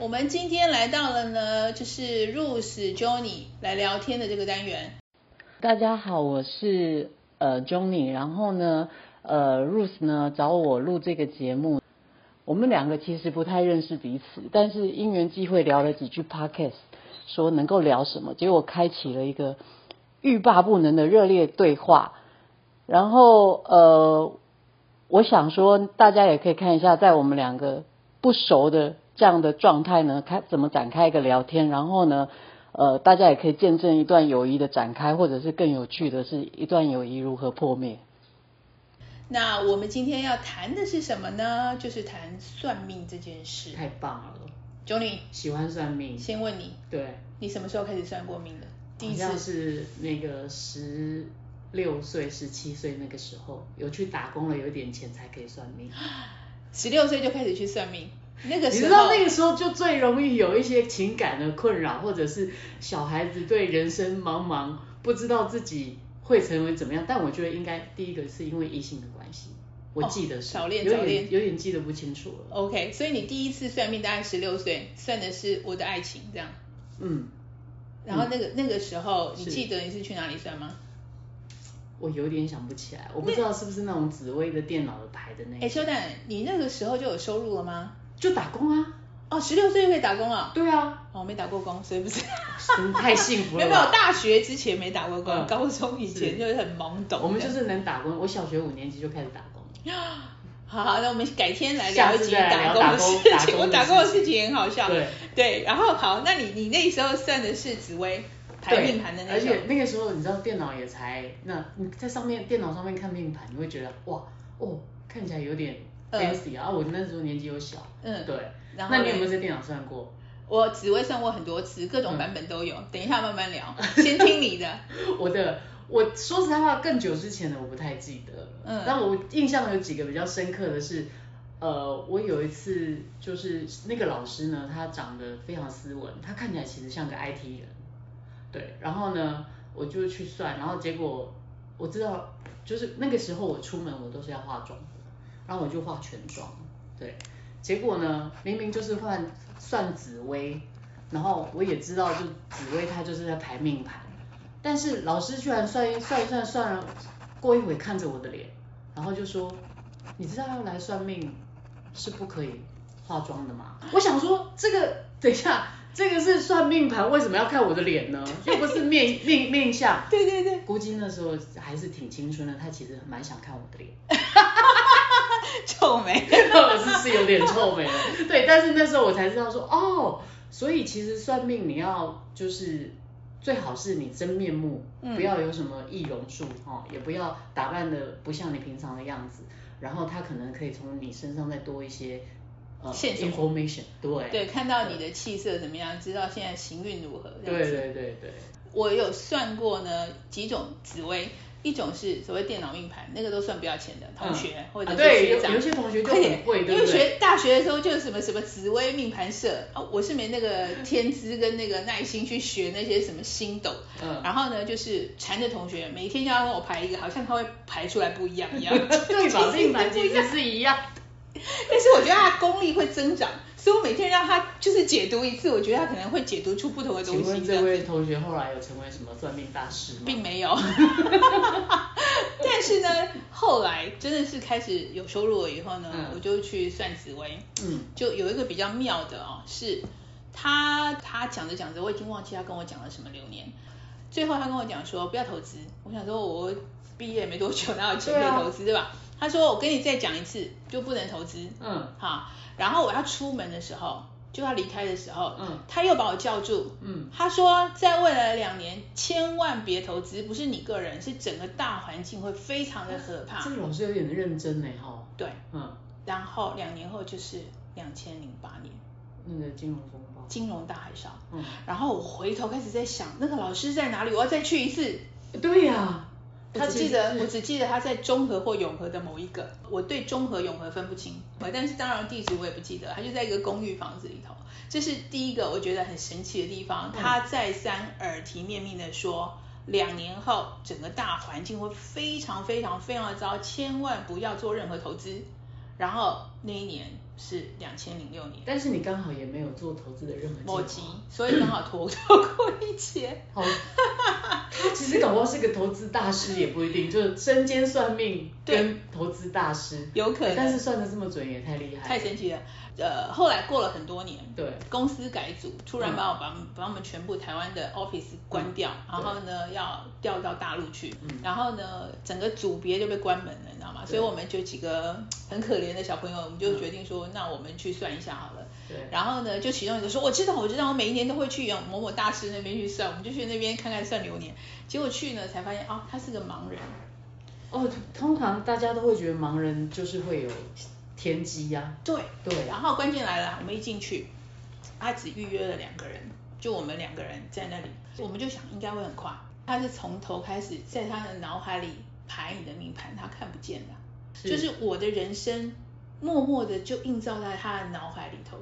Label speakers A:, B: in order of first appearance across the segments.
A: 我们今天来到了呢，就是 Rose Johnny 来聊天的这个单元。
B: 大家好，我是呃 Johnny，然后呢，呃 Rose 呢找我录这个节目，我们两个其实不太认识彼此，但是因缘际会聊了几句 podcast，说能够聊什么，结果开启了一个欲罢不能的热烈对话。然后呃，我想说大家也可以看一下，在我们两个不熟的这样的状态呢，开怎么展开一个聊天，然后呢。呃，大家也可以见证一段友谊的展开，或者是更有趣的是一段友谊如何破灭。
A: 那我们今天要谈的是什么呢？就是谈算命这件事。
C: 太棒了，
A: Johnny，
C: 喜欢算命，
A: 先问你，
C: 对，
A: 你什么时候开始算过命的？第
C: 好
A: 一
C: 像
A: 次
C: 是那个十六岁、十七岁那个时候，有去打工了，有一点钱才可以算命。
A: 十六岁就开始去算命，那个
C: 你
A: 时
C: 知
A: 候
C: 道那个时候就最容易有一些情感的困扰，或者是小孩子对人生茫茫，不知道自己会成为怎么样。但我觉得应该第一个是因为异性的关系，我
A: 哦
C: 记得是、
A: 早恋
C: 有
A: 早恋
C: 点有点记得不清楚了。
A: OK，所以你第一次算命大概十六岁，算的是我的爱情这样。
C: 嗯，
A: 然后那个、那个时候，你
C: 是
A: 记得你是去哪里算吗？
C: 我有点想不起来，我不知道是不是那种紫薇的电脑的牌的那
A: 哎，
C: 一种，
A: 肖蛋，你那个时候就有收入了吗？
C: 就打工啊。
A: 哦，十六岁就可以打工了。
C: 对啊，
A: 哦，没打过工，所以不是。
C: 真太幸福
A: 没
C: 了
A: 有没有，
C: 吧。
A: 大学之前没打过工，
C: 嗯
A: 高中以前
C: 是
A: 就是很懵懂。
C: 我们就
A: 这样
C: 是能打工，我小学五年级就开始打工。
A: 好好，那我们改天来聊一集
C: 下次再来
A: 打
C: 聊
A: 工的事
C: 打
A: 情。
C: 工
A: 我打工的事情很好笑。
C: 对
A: 对，然后好，那你你那时候算的是紫薇排命盘的那
C: 而
A: 种
C: 且。那个时候你知道电脑也才那你在上面电脑上面看命盘，你会觉得哇哦看起来有点
A: 嗯
C: fancy 啊、啊我那时候年纪又小，
A: 嗯
C: 对。
A: 然后
C: 那你有
A: 嘞
C: 没有在电脑算过？
A: 我紫薇算过很多次，各种版本都有。
C: 嗯
A: 等一下慢慢 聊，先听你的。
C: 我的我说实在话，更久之前的我不太记得了。
A: 嗯
C: 但我印象有几个比较深刻的是，呃，我有一次就是那个老师呢，他长得非常斯文，他看起来其实像个 IT 人，对。然后呢，我就去算，然后结果我知道，就是那个时候我出门我都是要化妆的，然后我就化全妆，对。结果呢，明明就是换算紫薇，然后我也知道，就紫薇她就是在排命盘，但是老师居然算一算一算算了，过一会看着我的脸，然后就说：“你知道要来算命是不可以化妆的吗？” 我想说，这个等一下，这个是算命盘，为什么要看我的脸呢？又不是面 面面相。
A: 对对对，
C: 估计那时候还是挺青春的，他其实蛮想看我的脸。
A: 臭美。
C: 是是有点臭美了，对，但是那时候我才知道说，哦，所以其实算命你要就是最好是你真面目，
A: 嗯
C: 不要有什么易容术哦，也不要打扮的不像你平常的样子，然后他可能可以从你身上再多一些呃
A: 线索
C: information，对，
A: 对，看到你的气色怎么样，知道现在行运如何。这样
C: 对
A: 子
C: 对对对，
A: 我有算过呢几种紫薇，一种是所谓电脑命盘，那个都算不要钱的，同学、
C: 嗯
A: 或者
C: 啊
A: 是
C: 对
A: 学
C: 有
A: 长。
C: 有些同学就
A: 而且
C: 很贵，对
A: 因为
C: 不对？
A: 学大学的时候就是什么什么紫薇命盘社啊，我是没那个天资跟那个耐心去学那些什么星斗，
C: 嗯
A: 然后呢就是缠着同学每天要跟我排一个，好像他会排出来不一样一 样，
C: 对吧？
A: 其实
C: 命盘其实是一样的。
A: 但是我觉得他的功力会增长，所以我每天让他就是解读一次，我觉得他可能会解读出不同的东西。
C: 请问
A: 这样
C: 这位同学后来有成为什么算命大师吗？
A: 并 没有。但是呢，后来真的是开始有收入了以后呢，
C: 嗯
A: 我就去算紫薇，
C: 嗯，
A: 就有一个比较妙的哦，是他他讲着讲着，我已经忘记他跟我讲了什么流年。最后他跟我讲说不要投资，我想说我毕业没多久，哪有钱可
C: 对
A: 以
C: 啊
A: 投资对吧？他说我跟你再讲一次，就不能投资。
C: 嗯
A: 好，然后我要出门的时候，就要离开的时候，
C: 嗯，
A: 他又把我叫住，
C: 嗯，
A: 他说在未来两年千万别投资，不是你个人，是整个大环境会非常的可怕。
C: 这个老师有点认真呢，哈。
A: 对，
C: 嗯，
A: 然后两年后就是两千零八年
C: 那个金融风暴。
A: 金融大海啸，
C: 嗯，
A: 然后我回头开始在想那个老师在哪里，我要再去一次。
C: 对呀、
A: 我只记得
C: 他其实
A: 我只记得他在中和或永和的某一个，我对中和永和分不清，但是当然地址我也不记得，他就在一个公寓房子里头。这是第一个我觉得很神奇的地方，
C: 嗯
A: 他再三耳提面命的说，两年后整个大环境会非常非常非常的糟，千万不要做任何投资。然后那一年是两千零六年
C: 但是你刚好也没有做投资的任何
A: 某
C: 计
A: 集
C: 划，，
A: 所以刚好 拖拖过一节。
C: 好，他其实搞不好是个投资大师也不一定，就是身兼算命跟投资大师，
A: 有可能
C: 但是算的这么准也太厉害，
A: 太神奇了。呃，后来过了很多年，
C: 对，
A: 公司改组，突然把我把我们把我们全部台湾的 office 关掉，然后呢要调到大陆去，
C: 嗯
A: 然后呢整个组别就被关门了，你知道吗？
C: 对
A: 所以我们就几个很可怜的小朋友，我们就
C: 嗯
A: 决定说，那我们去算一下好了。
C: 对，
A: 然后呢，就其中一个说，我知道，我知道，我每一年都会去某某大师那边去算，我们就去那边看看算流年。结果去呢，才发现哦，他是个盲人，
C: 哦，通常大家都会觉得盲人就是会有天机啊呀、
A: 对
C: 对
A: 然后关键来了，我们一进去，他只预约了两个人，就我们两个人在那里，我们就想应该会很快。他是从头开始，在他的脑海里排你的命盘，他看不见的，
C: 是
A: 就是我的人生，默默的就映照在他的脑海里头。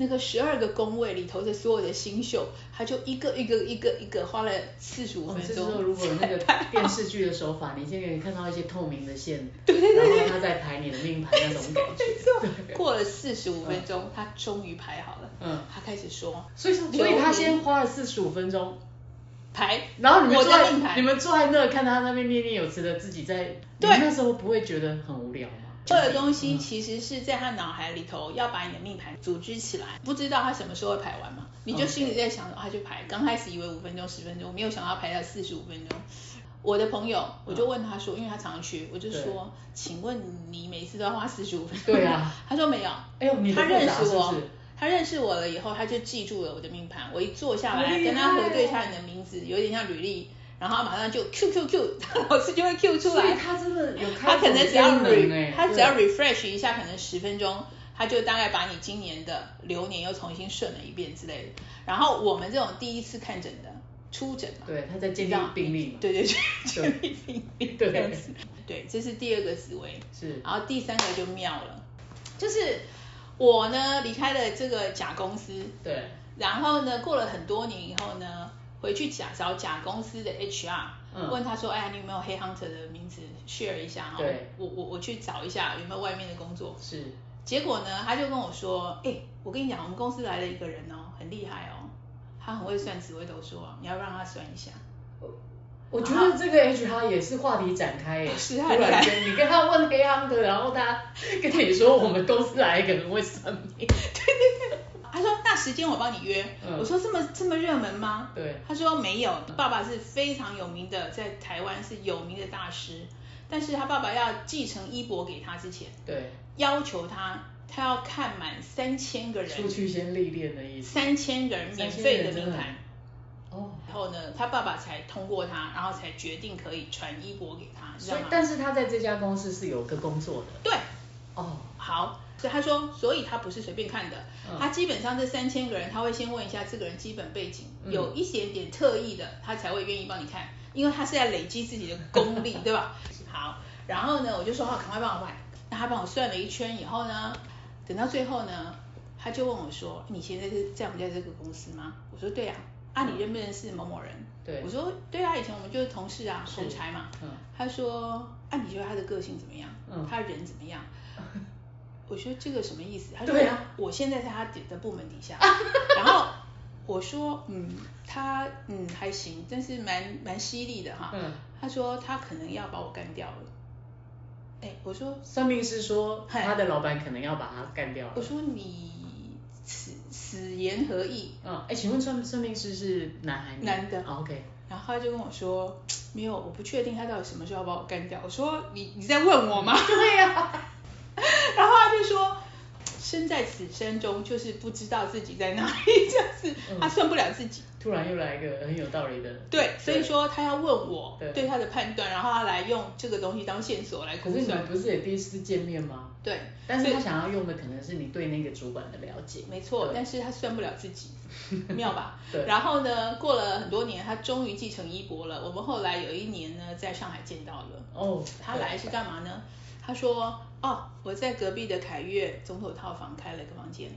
A: 那个十二个宫位里头的所有的星宿，他就一个一个一个一个花了四十五
C: 哦
A: 分
C: 这时
A: 钟。
C: 候如果有那个电视剧的手法，你现在可以看到一些透明的 线，对对对，然后他在排你的命盘那种感觉，对
A: 过了四十五分钟，他终于排好了。
C: 嗯
A: 他开始说，
C: 所以所以他先花了四十五分钟，
A: 排，
C: 然后你们
A: 我
C: 坐
A: 在
C: 在
A: 命盘，
C: 你们坐在那看他那边念念有词的自己在，
A: 对
C: 你们那时候不会觉得很无聊吗？
A: 所有的东西其实是在他脑海里头要把你的命盘组织起来，不知道他什么时候会排完嘛，你就
C: 嗯
A: 心里在想，他就排。刚开始以为五分钟、十分钟，没有想到排到四十五分钟。我的朋友，我
C: 嗯
A: 就问他说，因为他常去，我就说，请问你每次都要花四十五分钟？
C: 对啊，
A: 他说没有，
C: 哎呦，你的
A: 他
C: 复
A: 认
C: 杂
A: 识
C: 是不
A: 我
C: 是？，
A: 他认识我了以后，他就记住了我的命盘。我一坐下
C: 好
A: 来
C: 厉
A: 跟他
C: 害哦
A: 核对一下你的名字，有点像履历，然后他马上就 Q Q Q，老 师就会 Q 出
C: 所以
A: 来。
C: 他真的有开
A: 他可能只要
C: 这种功
A: re
C: 能
A: 他
C: 哎
A: 只要 refresh 一下，可能十分钟，他就大概把你今年的流年又重新顺了一遍之类的。然后我们这种第一次看诊的出诊嘛，
C: 对，他在建
A: 你
C: 立
A: 知道
C: 病例嘛，
A: 对对对，建立病例
C: 对
A: 这样子。对，这是第二个紫薇，
C: 是
A: 然后第三个就妙了，就是我呢离开了这个甲公司，
C: 对，
A: 然后呢，过了很多年以后呢，回去假找甲公司的 HR，、
C: 嗯
A: 问他说，哎呀，你有没有黑 hunter 的名字 share 一下哈？
C: 对
A: 我我我去找一下有没有外面的工作。
C: 是
A: 结果呢，他就跟我说，哎，我跟你讲，我们公司来了一个人哦，很厉害哦，他很会算紫微斗数啊，你要让他算一下。
C: 我觉得这个 HR 也是话题展开耶，
A: 是啊
C: 哎突然间你跟他问黑 hunter，然后他跟你说我们公司来一个人会算 命，
A: 他说，那时间我帮你约。
C: 嗯
A: 我说这么这么热门吗？
C: 对，
A: 他说没有，爸爸是非常有名的，在台湾是有名的大师，但是他爸爸要继承衣钵给他之前。
C: 对，
A: 要求他，他要看满三千个
C: 出
A: 人，
C: 去先历练的意思。
A: 三千人免费的名牌，
C: 哦，
A: 然后呢，他爸爸才通过他，然后才决定可以传衣钵给啊他，你知
C: 所
A: 道
C: 以
A: 吗？
C: 但是他在这家公司是有个工作的。
A: 对，
C: 哦，
A: 好，所以他说，所以他不是随便看的，
C: 嗯
A: 他基本上这三千个人，他会先问一下这个人基本背景，
C: 嗯
A: 有一点点特异的，他才会愿意帮你看，因为他是在累积自己的功 力，对吧？好，然后呢，我就说好，赶快帮我买。那他帮我算了一圈以后呢，等到最后呢，他就问我说：“你现在是在我们家这个公司吗？”我说：“对啊。”啊，你认不认识某某人？
C: 对
A: 我说：“对啊，以前我们就是同事啊，
C: 是
A: 同差嘛。”
C: 嗯
A: 他说：“啊，你觉得他的个性怎么样？
C: 嗯
A: 他人怎 么样？”我说这个什么意思？他说
C: 对啊
A: 我现在在他的部门底下， 然后我说嗯，他嗯还行，但是蛮蛮犀利的哈。
C: 嗯，
A: 他说他可能要把我干掉了。哎，我说
C: 算命师说
A: 嗨
C: 他的老板可能要把他干掉
A: 我
C: 了。
A: 说你此此言何意？
C: 嗯，哎，请问算算命师是男还是女？
A: 男的
C: 哦 OK，
A: 然后他就跟我说没有，我不确定他到底什么时候要把我干掉。我说你你在问我吗？
C: 对呀、
A: 然后他就说，身在此生中就是不知道自己在哪里， 就是
C: 嗯
A: 他算不了自己。
C: 突然又来一个很有道理的。
A: 对，所以说他要问我
C: 对
A: 对他的判断，然后他来用这个东西当线索来
C: 可
A: 估
C: 是你
A: 算
C: 们。不是也第一次见面吗？
A: 对，
C: 但是
A: 所以
C: 他想要用的可能是你对那个主管的了解。
A: 没错，
C: 对
A: 但是他算不了自 己，妙吧？
C: 对
A: 然后呢，过了很多年，他终于继承衣钵了。我们后来有一年呢，在上海见到了。
C: 哦，
A: 他来是干嘛呢？他说：“哦，我在隔壁的凯悦总统套房开了个房间，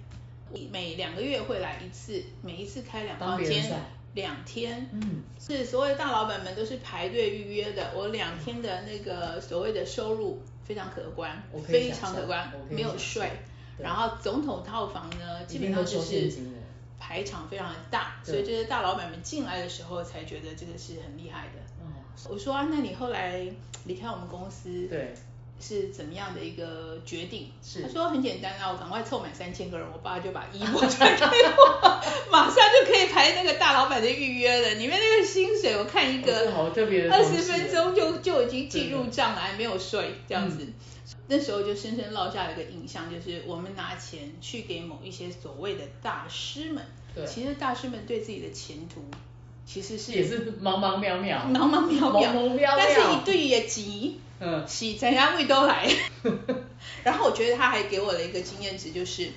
A: 每两个月会来一次，每一次开两
C: 帮
A: 房
C: 别人
A: 间
C: 算，
A: 两天。
C: 嗯，
A: 是所有的大老板们都是排队预约的。我两天的那个所谓的收入非常可观
C: 我，可
A: 非
C: 以想
A: 常
C: 象
A: 可观
C: 我，可以
A: 没有
C: 想象
A: 税。
C: 对
A: 然后总统套房呢，呃基本上就
C: 一定会收现
A: 是
C: 金的
A: 排场非常的大，所以这些大老板们进来的时候才觉得这个是很厉害的。
C: 哦，
A: 我说啊，那你后来离开我们公司，
C: 对，
A: 是怎么样的一个决定？
C: 是
A: 他说很简单啊，我赶快凑满三千个人，我爸就把衣服传给我，马上就可以排那个大老板的预约了。你们那个薪水，我看 一
C: 哦这
A: 个
C: 好特别的
A: 二
C: 同事
A: 十分钟就就已经进入账了，还没有睡这样
C: 嗯
A: 子。那时候就深深烙下了一个印象，就是我们拿钱去给某一些所谓的大师们，
C: 对
A: 其实大师们对自己的前途其实是
C: 也是茫茫渺渺，
A: 茫茫渺
C: 茫茫渺
A: 但是
C: 渺
A: 一对也急，
C: 嗯，
A: 是咱家味都来。 然后我觉得他还给我了一个经验值，就是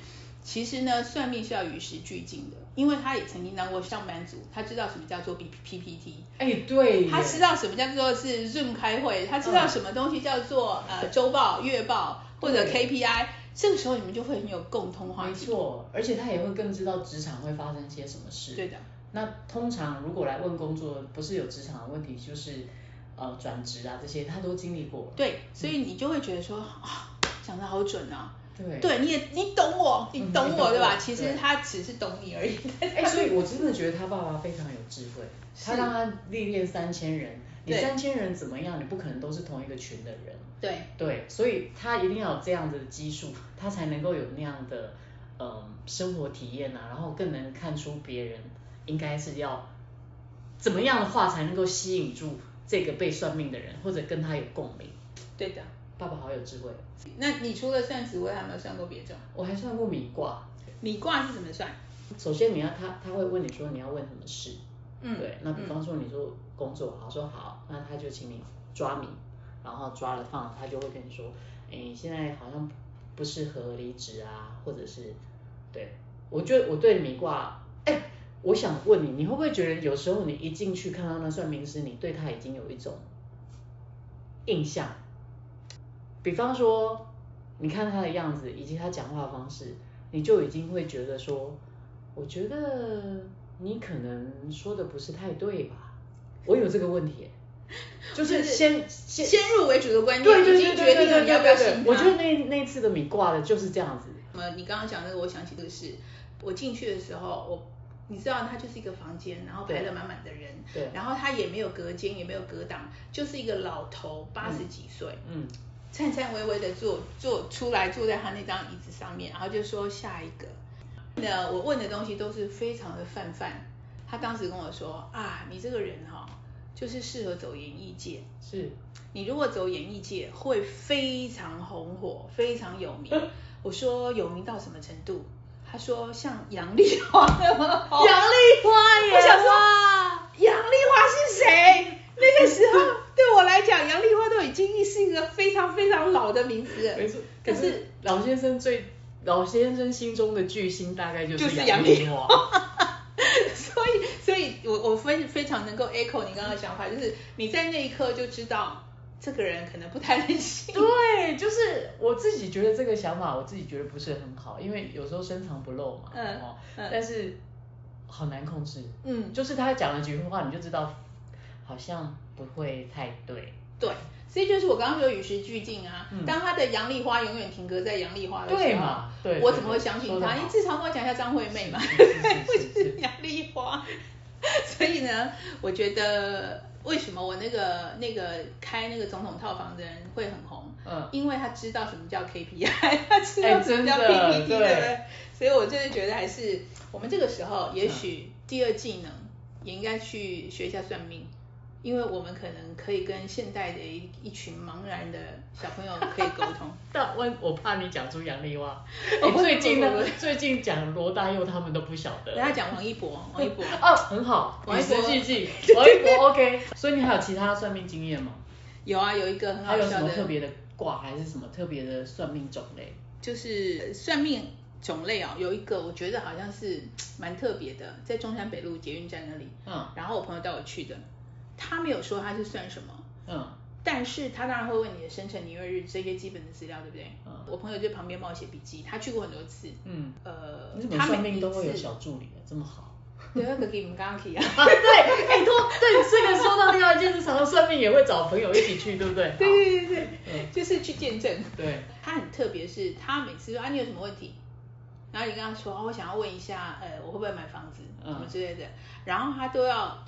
A: 其实呢，算命是要与时俱进的，因为他也曾经当过上班族，他知道什么叫做 B P P T，
C: 哎、对耶，
A: 他知道什么叫做是 Zoom 开会，他知道什么东西叫做、呃周报、月报或者 K P I，这个时候你们就会很有共通话
C: 没
A: 题。
C: 错，而且他也会更知道职场会发生些什么事。
A: 对的。
C: 那通常如果来问工作，不是有职场的问题，就是呃转职啊这些，他都经历过。
A: 对，所以你就会觉得说啊，讲的好准啊。
C: 对
A: 对，你也你懂我，你
C: 嗯
A: 懂
C: 你懂
A: 我对吧
C: 我？
A: 其实
C: 对
A: 他只是懂你而已。
C: 哎、所以我真的觉得他爸爸非常有智慧，他让他历练三千人，你
A: 对
C: 三千人怎么样，你不可能都是同一个群的人。
A: 对，
C: 对，所以他一定要有这样的基数，他才能够有那样的呃生活体验啊，然后更能看出别人应该是要怎么样的话才能够吸引住这个被算命的人，或者跟他有共鸣。
A: 对的。
C: 爸爸好有智慧，
A: 那你除了算紫微，还有没有算过别种？
C: 我还算过米卦。
A: 米卦是怎么算？
C: 首先你要他他会问你说你要问什么事，
A: 嗯
C: 对，那比
A: 嗯
C: 方说你说工作，好说好，那他就请你抓米，然后抓了放了，他就会跟你说，哎，你现在好像不适合离职啊，或者是，对我觉得我对米卦，哎，我想问你，你会不会觉得有时候你一进去看到那算命师，你对他已经有一种印象？比方说，你看他的样子以及他讲话的方式，你就已经会觉得说，我觉得你可能说的不是太对吧？我有这个问题耶，就是先先
A: 先入为主的观念，
C: 对对
A: 已经
C: 对对
A: 决
C: 对
A: 定了
C: 对
A: 你要不要
C: 对
A: 信
C: 对
A: 他，。
C: 我觉得那那次的米挂的就是这样子，
A: 呃，你刚刚讲那个，我想起这个事。我进去的时候，我你知道，它就是一个房间，然后排
C: 对
A: 了满满的人，
C: 对
A: 然后它也没有隔间，也没有隔挡，就是一个老头，八十几岁，
C: 嗯，
A: 颤颤巍巍的坐坐出来，坐在他那张椅子上面，然后就说下一个。那我问的东西都是非常的泛泛。他当时跟我说啊，你这个人哈、就是适合走演艺界。
C: 是
A: 你如果走演艺界，会非常红火，非常有名。我说有名到什么程度？他说像杨丽华那 么红。
C: 杨丽花耶
A: 我想说，杨丽花是谁？那个时候对我来讲，杨丽花都已经是一个非常非常老的名字了。
C: 没错。可
A: 但
C: 是
A: 是
C: 老先生最老先生心中的巨星大概就
A: 就是
C: 是
A: 杨
C: 丽
A: 丽
C: 花，
A: 所以， 所以我我非非常能够 echo 你刚刚的想法，就是你在那一刻就知道这个人可能不太能信。
C: 对，就是我自己觉得这个想法，我自己觉得不是很好，因为有时候深藏不露嘛，
A: 嗯
C: 哦，
A: 嗯
C: 但是好难控制，
A: 嗯
C: 就是他讲了几句话，你就知道好像不会太对，
A: 对，所以就是我刚刚说与时俱进啊。
C: 嗯
A: 当他的杨丽花永远停格在杨丽花的时候，
C: 对嘛对
A: 我
C: 对
A: 怎么会
C: 对
A: 相信
C: 说得
A: 他？
C: 好
A: 你至少跟我讲一下张惠妹嘛，
C: 是
A: 对
C: 是是是
A: 不
C: 是
A: 是杨丽花。所以呢，我觉得为什么我那个那个开那个总统套房的人会很红，
C: 嗯
A: 因为他知道什么叫 KPI，他 知道
C: 哎
A: 什么叫
C: 真的
A: PPT，、
C: 对
A: 不对？所以我真的觉得还是我们这个时候，也许
C: 嗯
A: 第二技能也应该去学一下算命，因为我们可能可以跟现代的一一群茫然的小朋友可以沟 通。
C: 但我我怕你讲出杨丽 花，
A: 哦
C: 哎
A: 不
C: 最近呢
A: 不不不，
C: 最近讲罗大佑他们都不晓得。
A: 等下讲王一博，王一 博，
C: 哦，很好，
A: 王
C: 与
A: 一博
C: 时俱 进，王一博 OK。所以你还有其他算命经验吗？
A: 有啊，有一个很好
C: 还有
A: 笑
C: 什么
A: 的，
C: 特别的卦，还是什么特别的算命种类？
A: 就是算命种类哦，有一个我觉得好像是蛮特别的，在中山北路捷运站那里，
C: 嗯
A: 然后我朋友带我去的，他没有说他是算什么。
C: 嗯，
A: 但是他当然会问你的生辰年月日这些基本的资料，对不对？
C: 嗯
A: 我朋友就旁边帮我写笔记，他去过很多次。
C: 嗯
A: 呃
C: 你，怎么
A: 他每
C: 算命
A: 一
C: 都会有
A: 次
C: 小助理的，这么好？
A: 对，那个给我们刚刚提啊。
C: 啊，对，哎、多对，这个说到另外一件事，常常常算命也会找朋友一起去，对不对？
A: 对
C: 好
A: 对对对对，就是去见证。
C: 对，
A: 他很特别，是他每次说啊你有什么问题，然后你跟他说哦我想要问一下，呃我会不会买房子
C: 嗯
A: 什么之类的，然后他都要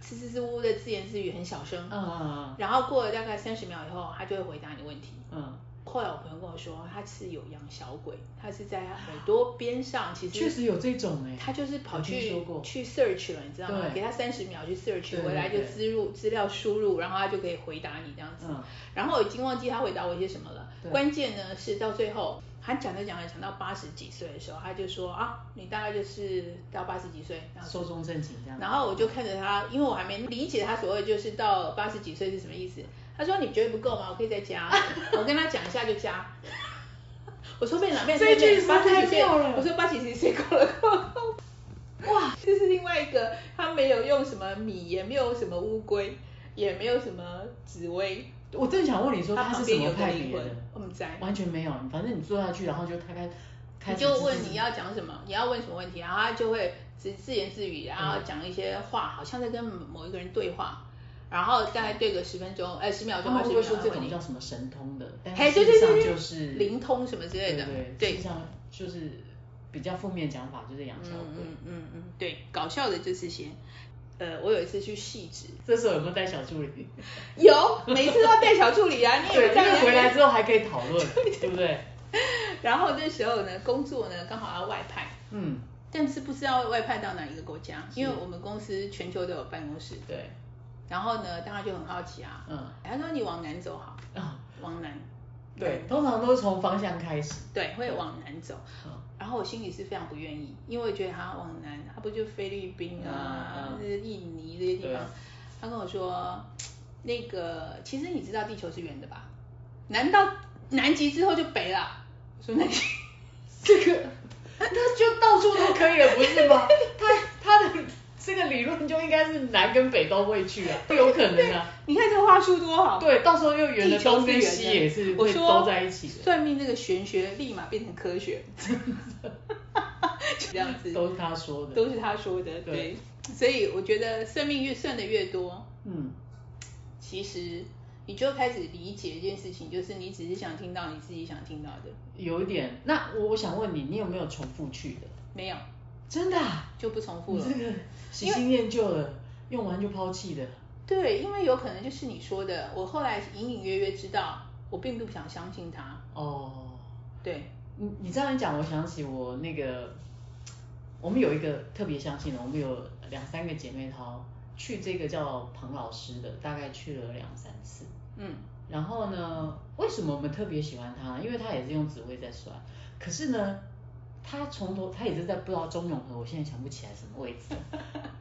A: 支支支吾吾的自言自语，很小声
C: 嗯。嗯
A: 然后过了大概三十秒以后，他就会回答你问题。
C: 嗯
A: 后来我朋友跟我说，他是有养小鬼，他是在他耳朵边上，其
C: 嗯，
A: 实
C: 确实有这种哎，
A: 他就是跑
C: 我听
A: 去
C: 说过
A: 去 search 了，你知道吗
C: 对？
A: 给他三十秒去 search，
C: 对
A: 回来
C: 对
A: 就
C: 对
A: 资入资料输入，然后他就可以回答你这样子。
C: 嗯
A: 然后我已经忘记他回答我一些什么了
C: 对。
A: 关键呢是到最后，他讲着讲着讲到八十几岁的时候，他就说啊，你大概就是到八十几岁，然后
C: 寿终正寝这样。
A: 然后我就看着他，因为我还没理解他所谓就是到八十几岁是什么意思。他说你觉得不够吗？我可以再 加。我跟他讲一下就加。我说被哪被
C: 这一句实在
A: 八十
C: 太
A: 几岁
C: 妙了
A: 我说八十几岁够了够了。够了哇，这是另外一个，他没有用什么米，也没有什么乌龟，也没有什么紫薇，
C: 我正想问你说
A: 他
C: 他是
A: 旁
C: 什
A: 边有
C: 么
A: 个
C: 派
A: 灵
C: 别
A: 魂
C: 的，，
A: 我们在。
C: 完全没有，啊反正你坐下去，然后就开开开
A: 你
C: 始
A: 就
C: 自己
A: 问你要讲什么，你要问什么问题，然后他就会自自言自语，然后讲一些话，好像在跟某一个人对话，然后大概对个十分钟，呃，十秒
C: 他
A: 钟
C: 们
A: 或
C: 会
A: 十秒
C: 不会说
A: 钟
C: 这
A: 问
C: 种
A: 你
C: 叫，什么神通的？但
A: 嘿，对
C: 是事实
A: 对
C: 上
A: 对对，
C: 就是
A: 灵通什么之类的，
C: 对对，
A: 对
C: 事实上就是比较负面讲法就是养小
A: 嗯
C: 鬼。
A: 嗯嗯嗯，对，搞笑的就是些，呃，我有一次去戏职，
C: 这时候有没有带小助理？
A: 有，每次都要带小助理啊，你以
C: 对，
A: 为
C: 因
A: 这样
C: 为
A: 人
C: 回来之后还可以讨论，对不对？
A: 然后那时候呢，工作呢刚好要外派，
C: 嗯，
A: 但是不知道外派到哪一个国家，因为我们公司全球都有办公室，
C: 对，
A: 然后呢，大家就很好奇啊，
C: 嗯
A: 他说你往南走好，
C: 啊，
A: 往南，
C: 对，通常都是从方向开始。
A: 对，会往南走。
C: 嗯
A: 然后我心里是非常不愿意，因为我觉得他往南，他不就菲律宾啊
C: 嗯、嗯
A: 这些印尼这些地方
C: 对？
A: 他跟我说，那个其实你知道地球是圆的吧？难道南极之后就北了？我说
C: 哦
A: 南极，
C: 这个，那就到处都可以了，不是 吗？他他的这个理论就应该是南跟北都会去啊，有可能啊。
A: 你看这话术多好。
C: 对，到时候又圆的
A: 地
C: 东
A: 球
C: 跟
A: 圆
C: 西也是
A: 我
C: 会
A: 说
C: 都在一起的，
A: 算命这个玄学立马变成科 学，就这样子
C: 都是他说的。
A: 都是他说的，
C: 对
A: 对。所以我觉得算命越算的越多，
C: 嗯，
A: 其实你就开始理解一件事情，就是你只是想听到你自己想听到的，
C: 有一点。那我我想问你，你有没有重复去的？
A: 没有
C: 真的、啊？
A: 就不重复
C: 你
A: 了
C: 这。个喜新厌旧的，用完就抛弃的。
A: 对，因为有可能就是你说的，我后来隐隐约约知道，我并不想相信他。
C: 哦，
A: 对，
C: 你你这样一讲，我想起我那个，我们有一个特别相信的，我们有两三个姐妹淘去这个叫庞老师的，大概去了两三次。
A: 嗯，
C: 然后呢，为什么我们特别喜欢他呢？因为他也是用紫薇在算，可是呢，他从头他也是在不知道中永和，我现在想不起来什么位置。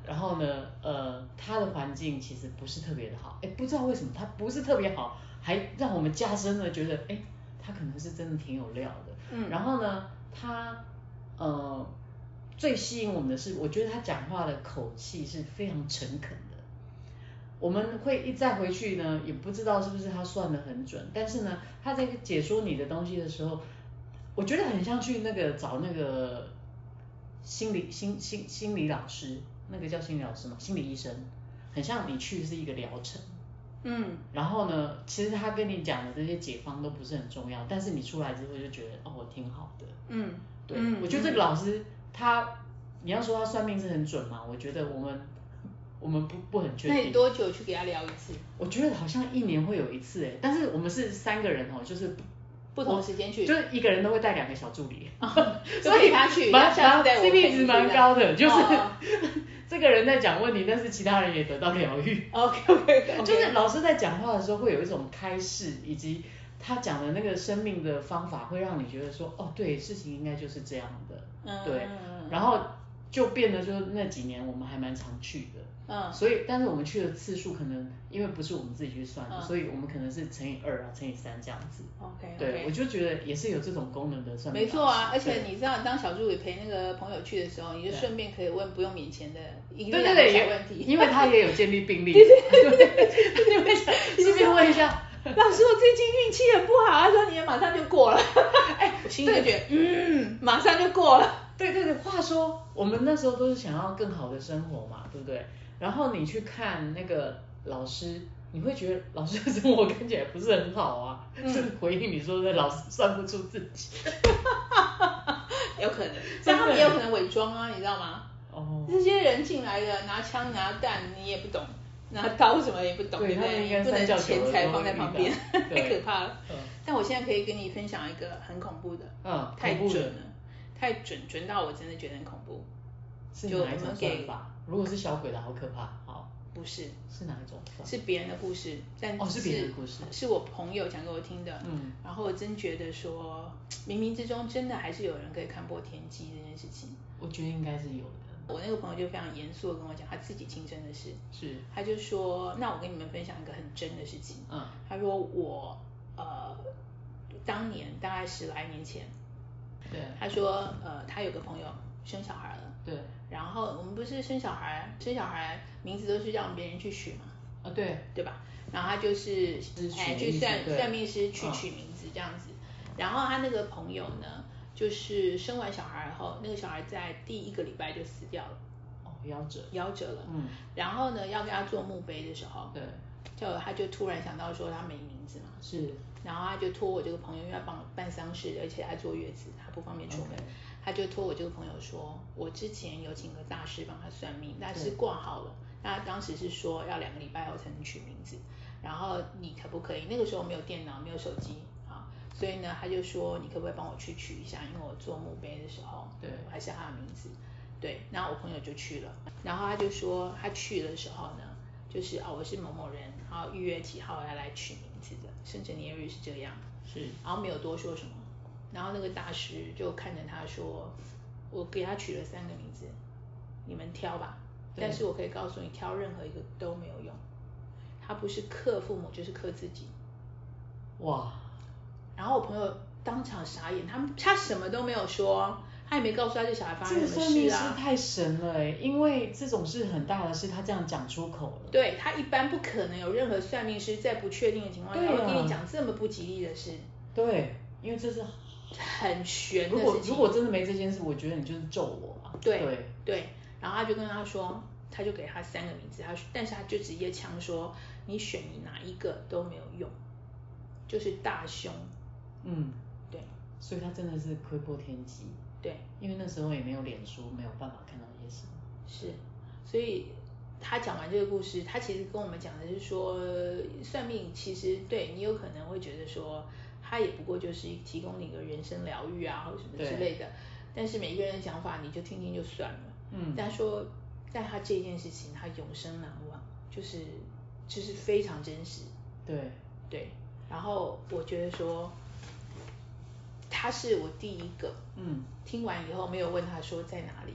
C: 然后呢，呃，他的环境其实不是特别的好，哎，不知道为什么他不是特别好，还让我们加深了觉得，哎，他可能是真的挺有料的。
A: 嗯
C: 然后呢，他呃最吸引我们的是，我觉得他讲话的口气是非常诚恳的。我们会一再回去呢，也不知道是不是他算的很准，但是呢，他在解说你的东西的时候，我觉得很像去那个找那个心理心心心理老师，那个叫心理老师嘛，心理医生，很像你去是一个疗程。
A: 嗯，
C: 然后呢，其实他跟你讲的这些解方都不是很重要，但是你出来之后就觉得哦，我挺好的。
A: 嗯，
C: 对，
A: 嗯
C: 我觉得这个老师他，你要说他算命是很准嘛，我觉得我们我们不不很确
A: 嗯那你
C: 定。
A: 多久去给他聊一次？
C: 我觉得好像一年会有一次哎，但是我们是三个人哦，就是
A: 不同时间去，
C: 就是一个人都会带两个小助理，
A: 就陪他去，然
C: 蛮
A: 后下
C: 蛮
A: 次带我陪
C: CP
A: 你
C: 值
A: 去
C: 蛮高的，就是、
A: 哦
C: 这个人在讲问题，但是其他人也得到疗愈。
A: OK OK，
C: 就是老师在讲话的时候会有一种开示，以及他讲的那个生命的方法，会让你觉得说，哦，对，事情应该就是这样的，
A: 嗯
C: 对
A: 嗯嗯，
C: 然后就变得就是那几年我们还蛮常去的，
A: 嗯
C: 所以但是我们去的次数可能因为不是我们自己去算的，
A: 嗯
C: 所以我们可能是乘以二啊，乘以三这样子，
A: OK，
C: 对，我就觉得也是有这种功能的算命
A: 没错啊，
C: 老
A: 而
C: 师
A: 且
C: 对
A: 你知道，你当小助理陪那个朋友去的时候，你就
C: 对
A: 顺便可以问不用免钱的一个
C: 对对
A: 两
C: 对，
A: 个
C: 也
A: 小问题。
C: 因为他也有建立病例，对，你会想 顺便问 一下。
A: 老师，我最近运气很不好，他说你也马上就过了， 哎，我心里就觉得嗯，马上就过 了。
C: 对对对，话说我们那时候都是想要更好的生活嘛，对不对？然后你去看那个老师，你会觉得老师的生活看起来不是很好啊，
A: 嗯
C: 就是回应你说的老师算不出自己。
A: 有可能，但他们也有可能伪装啊，你知道吗？
C: 哦，
A: 这些人进来的拿枪拿弹，你也不懂，拿刀什么也不懂，
C: 对
A: 对不
C: 他们
A: 对？
C: 应
A: 也
C: 该
A: 不能
C: 三教九
A: 钱
C: 流
A: 财
C: 都
A: 放
C: 会
A: 在
C: 遇
A: 旁
C: 到
A: 边，太可
C: 对
A: 怕了。
C: 嗯
A: 但我现在可以跟你分享一个很哦恐怖的，
C: 嗯，
A: 太
C: 恐怖
A: 准
C: 的
A: 了，太准，准到我真的觉得很恐怖。
C: 是
A: 就
C: 哪一
A: 我
C: 种
A: 们
C: 算
A: 给
C: 法？如果是小鬼的好可怕，好
A: 不是，
C: 是哪一种算？
A: 是别人的故事，但
C: 哦是别人的故事
A: 是我朋友讲给我听的。
C: 嗯，
A: 然后我真觉得说，冥冥之中真的还是有人可以看破天机这件事情。
C: 我觉得应该是有的，
A: 我那个朋友就非常严肃的跟我讲他自己亲身的事，
C: 是
A: 他就说，那我跟你们分享一个很真的事情。
C: 嗯
A: 他说我呃，当年大概十来年前，
C: 对啊
A: 他说呃，他有个朋友生小孩了，
C: 对
A: 然后我们不是生小孩，生小孩名字都是让别人去取嘛，
C: 啊对
A: 对吧？然后他就是
C: 是取
A: 哎
C: 名
A: 去
C: 字
A: 算
C: 对
A: 算命师去
C: 嗯
A: 取名字这样子。然后他那个朋友呢，就是生完小孩后，那个小孩在第一个礼拜就死掉了，
C: 哦夭折
A: 夭折了。
C: 嗯
A: 然后呢，要给他做墓碑的时候，
C: 对
A: 就他就突然想到说他没名字嘛，
C: 是
A: 然后他就托我这个朋友，因为他帮我办丧事，而且他坐月子，他不方便出门
C: OK
A: 他就托我这个朋友说，我之前有请个大师帮他算命，大师挂好了，那当时是说要两个礼拜后才能取名字，然后你可不可以？那个时候没有电脑，没有手机啊，所以呢，他就说你可不可以帮我去取一下？因为我做墓碑的时候，
C: 对
A: 我还是他的名字，对，然后我朋友就去了，然后他就说他去的时候呢，就是哦我是某某人，然后预约几号要来取名字的，生辰年日是这
C: 啊
A: 样，
C: 是
A: 然后没有多说什么，然后那个大师就看着他说，我给他取了三个名字，你们挑吧，
C: 对
A: 但是我可以告诉你，挑任何一个都没有用，他不是克父母就是克自己，
C: 哇
A: 然后我朋友当场傻眼，他他什么都没有说，他也没告诉他这小孩发
C: 这
A: 生
C: 个
A: 什么
C: 算命
A: 事
C: 师
A: 啊，
C: 太神了哎，因为这种事很大的事，他这样讲出口了，
A: 对他一般不可能有任何算命师在不确定的情况下
C: 对啊
A: 会跟你讲这么不吉利的事，
C: 对，因为这是
A: 很悬的
C: 如果
A: 事情
C: 如。果真的没这件事，我觉得你就是咒我啊，
A: 对
C: 对
A: 对，然后他就跟他说，他就给他三个名字，他但是他就直接呛说，你选你哪一个都没有用，就是大凶，
C: 嗯，
A: 对
C: 所以他真的是窥破天机，
A: 对
C: 因为那时候也没有脸书，没有办法看到这些事。
A: 是，所以他讲完这个故事，他其实跟我们讲的是说，算命其实对你有可能会觉得说，他也不过就是提供你一个人生疗愈啊，或者什么之
C: 对
A: 类的，但是每一个人的想法你就听听就算了，
C: 嗯
A: 但说，但他这件事情他永生难忘，就是就是非常真实，
C: 对，
A: 对，然后我觉得说，他是我第一个
C: 嗯，
A: 听完以后没有问他说在哪里，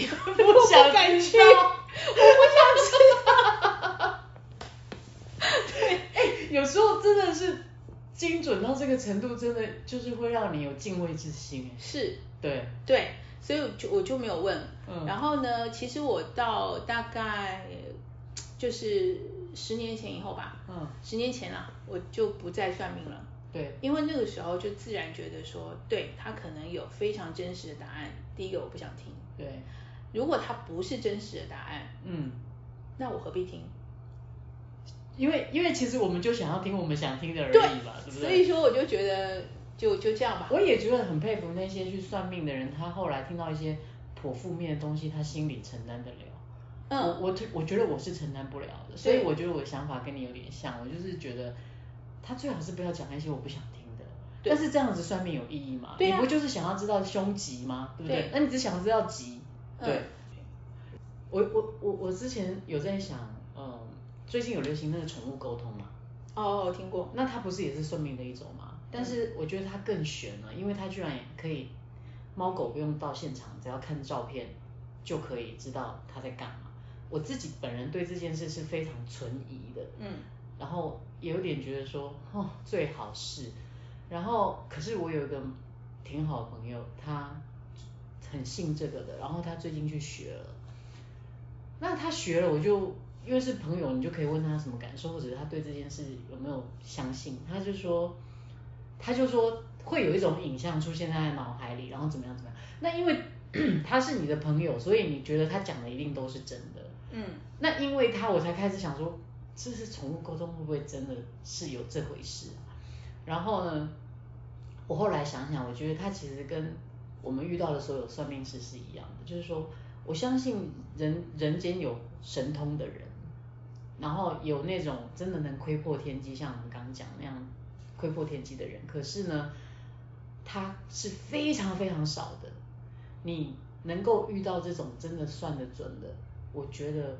A: 也不
C: 不想
A: 敢
C: 知
A: 去，
C: 道
A: 我不想知道。
C: 哎有时候真的是精准到这个程度，真的就是会让你有敬畏之心哎。
A: 是，
C: 对，
A: 对，所以我就我就没有问。
C: 嗯
A: 然后呢，其实我到大概就是十年前以后吧，
C: 嗯，
A: 十年前啦、我就不再算命了。
C: 对，
A: 因为那个时候就自然觉得说，对他可能有非常真实的答案。第一个我不想听，
C: 对，
A: 如果它不是真实的答案，
C: 嗯，
A: 那我何必听？
C: 因为因为其实我们就想要听我们想听的而
A: 对
C: 已嘛，对不
A: 所以
C: 对？
A: 说我就觉得就就这样吧。
C: 我也觉得很佩服那些去算命的人，他后来听到一些颇负面的东西，他心里承担得了。
A: 嗯，
C: 我我我觉得我是承担不了的，所以我觉得我的想法跟你有点像，我就是觉得他最好是不要讲那些我不想听的。
A: 对
C: 但是这样子算命有意义吗？
A: 对啊
C: 你不就是想要知道凶吉吗？对不对？
A: 对
C: 那你只想知道吉。
A: 嗯
C: 对。我我我我之前有在想，嗯，最近有流行那个宠物沟通嘛，
A: 哦，我听过。
C: 那它不是也是算命的一种吗？但是我觉得它更悬了，因为它居然也可以，猫狗不用到现场，只要看照片就可以知道它在干嘛。我自己本人对这件事是非常存疑的，
A: 嗯
C: 然后也有点觉得说，哦，最好是。然后，可是我有一个挺好的朋友，他很信这个的，然后他最近去学了。那他学了，我就因为是朋友，你就可以问他什么感受，或者是他对这件事有没有相信。他就说，他就说会有一种影像出现在他的脑海里，然后怎么样怎么样。那因为 他是你的朋友，所以你觉得他讲的一定都是真的。
A: 嗯
C: 那因为他，我才开始想说，这是宠物沟通会不会真的是有这回事啊？然后呢，我后来想想，我觉得它其实跟我们遇到的所有算命师是一样的，就是说我相信人人间有神通的人，然后有那种真的能窥破天机，像我们刚刚讲那样窥破天机的人，可是呢，他是非常非常少的。你能够遇到这种真的算得准的，我觉得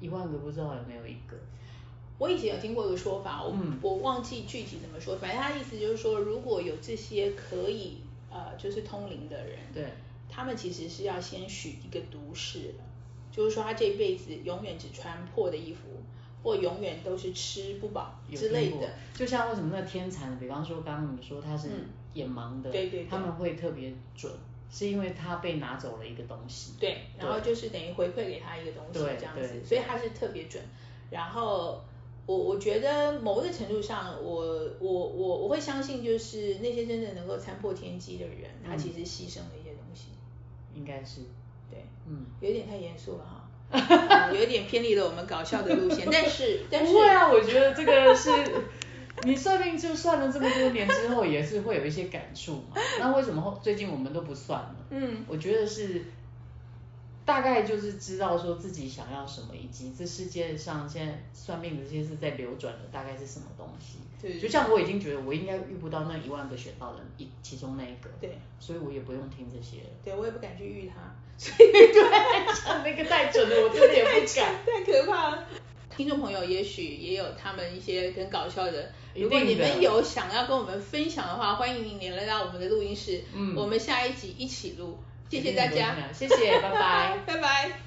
C: 一万个不知道有没有一个。
A: 我以前有听过一个说法，我、
C: 嗯
A: 我忘记具体怎么说，反正他的意思就是说，如果有这些可以呃就是通灵的人，
C: 对，
A: 他们其实是要先许一个毒誓的，就是说他这辈子永远只穿破的衣服，或永远都是吃不饱
C: 有
A: 之类
C: 听过
A: 的。
C: 就像为什么那天蚕，比方说刚刚你们说它是
A: 嗯
C: 眼盲的，
A: 对对对
C: 他们会特别准，是因为它被拿走了一个东西。
A: 对，然后就是等于回馈给他一个东西
C: 对
A: 这样
C: 对
A: 子，所以他是特别准。然后我我觉得某一个程度上，我我我我会相信，就是那些真正能够参破天机的人，他
C: 嗯
A: 其实牺牲了一些东西。
C: 应该是，
A: 对，
C: 嗯。
A: 有点太严肃了哈、 啊有一点偏离了我们搞笑的路线。但是但是
C: 不会啊，我觉得这个 是你算命就算了这么多年之后，也是会有一些感触 嘛。那为什么后最近我们都不算了？
A: 嗯，
C: 我觉得是大概就是知道说自己想要什么，以及这世界上现在算命的这些是在流转的，大概是什么东西。
A: 对
C: 就像我已经觉得我应该遇不到那一万个选到的一其中那一个，
A: 对，
C: 所以我也不用听这些了。
A: 对我也不敢去遇他，
C: 那个太准了，我真的也 不敢。
A: 太可怕了。听众朋友也许也有他们一些很搞笑的，
C: 一定的
A: 如果你们有想要跟我们分享的话，欢迎您联络到我们的录音室，
C: 嗯
A: 我们下一集一起录，谢谢大家，
C: 谢谢，拜拜。
A: 拜拜。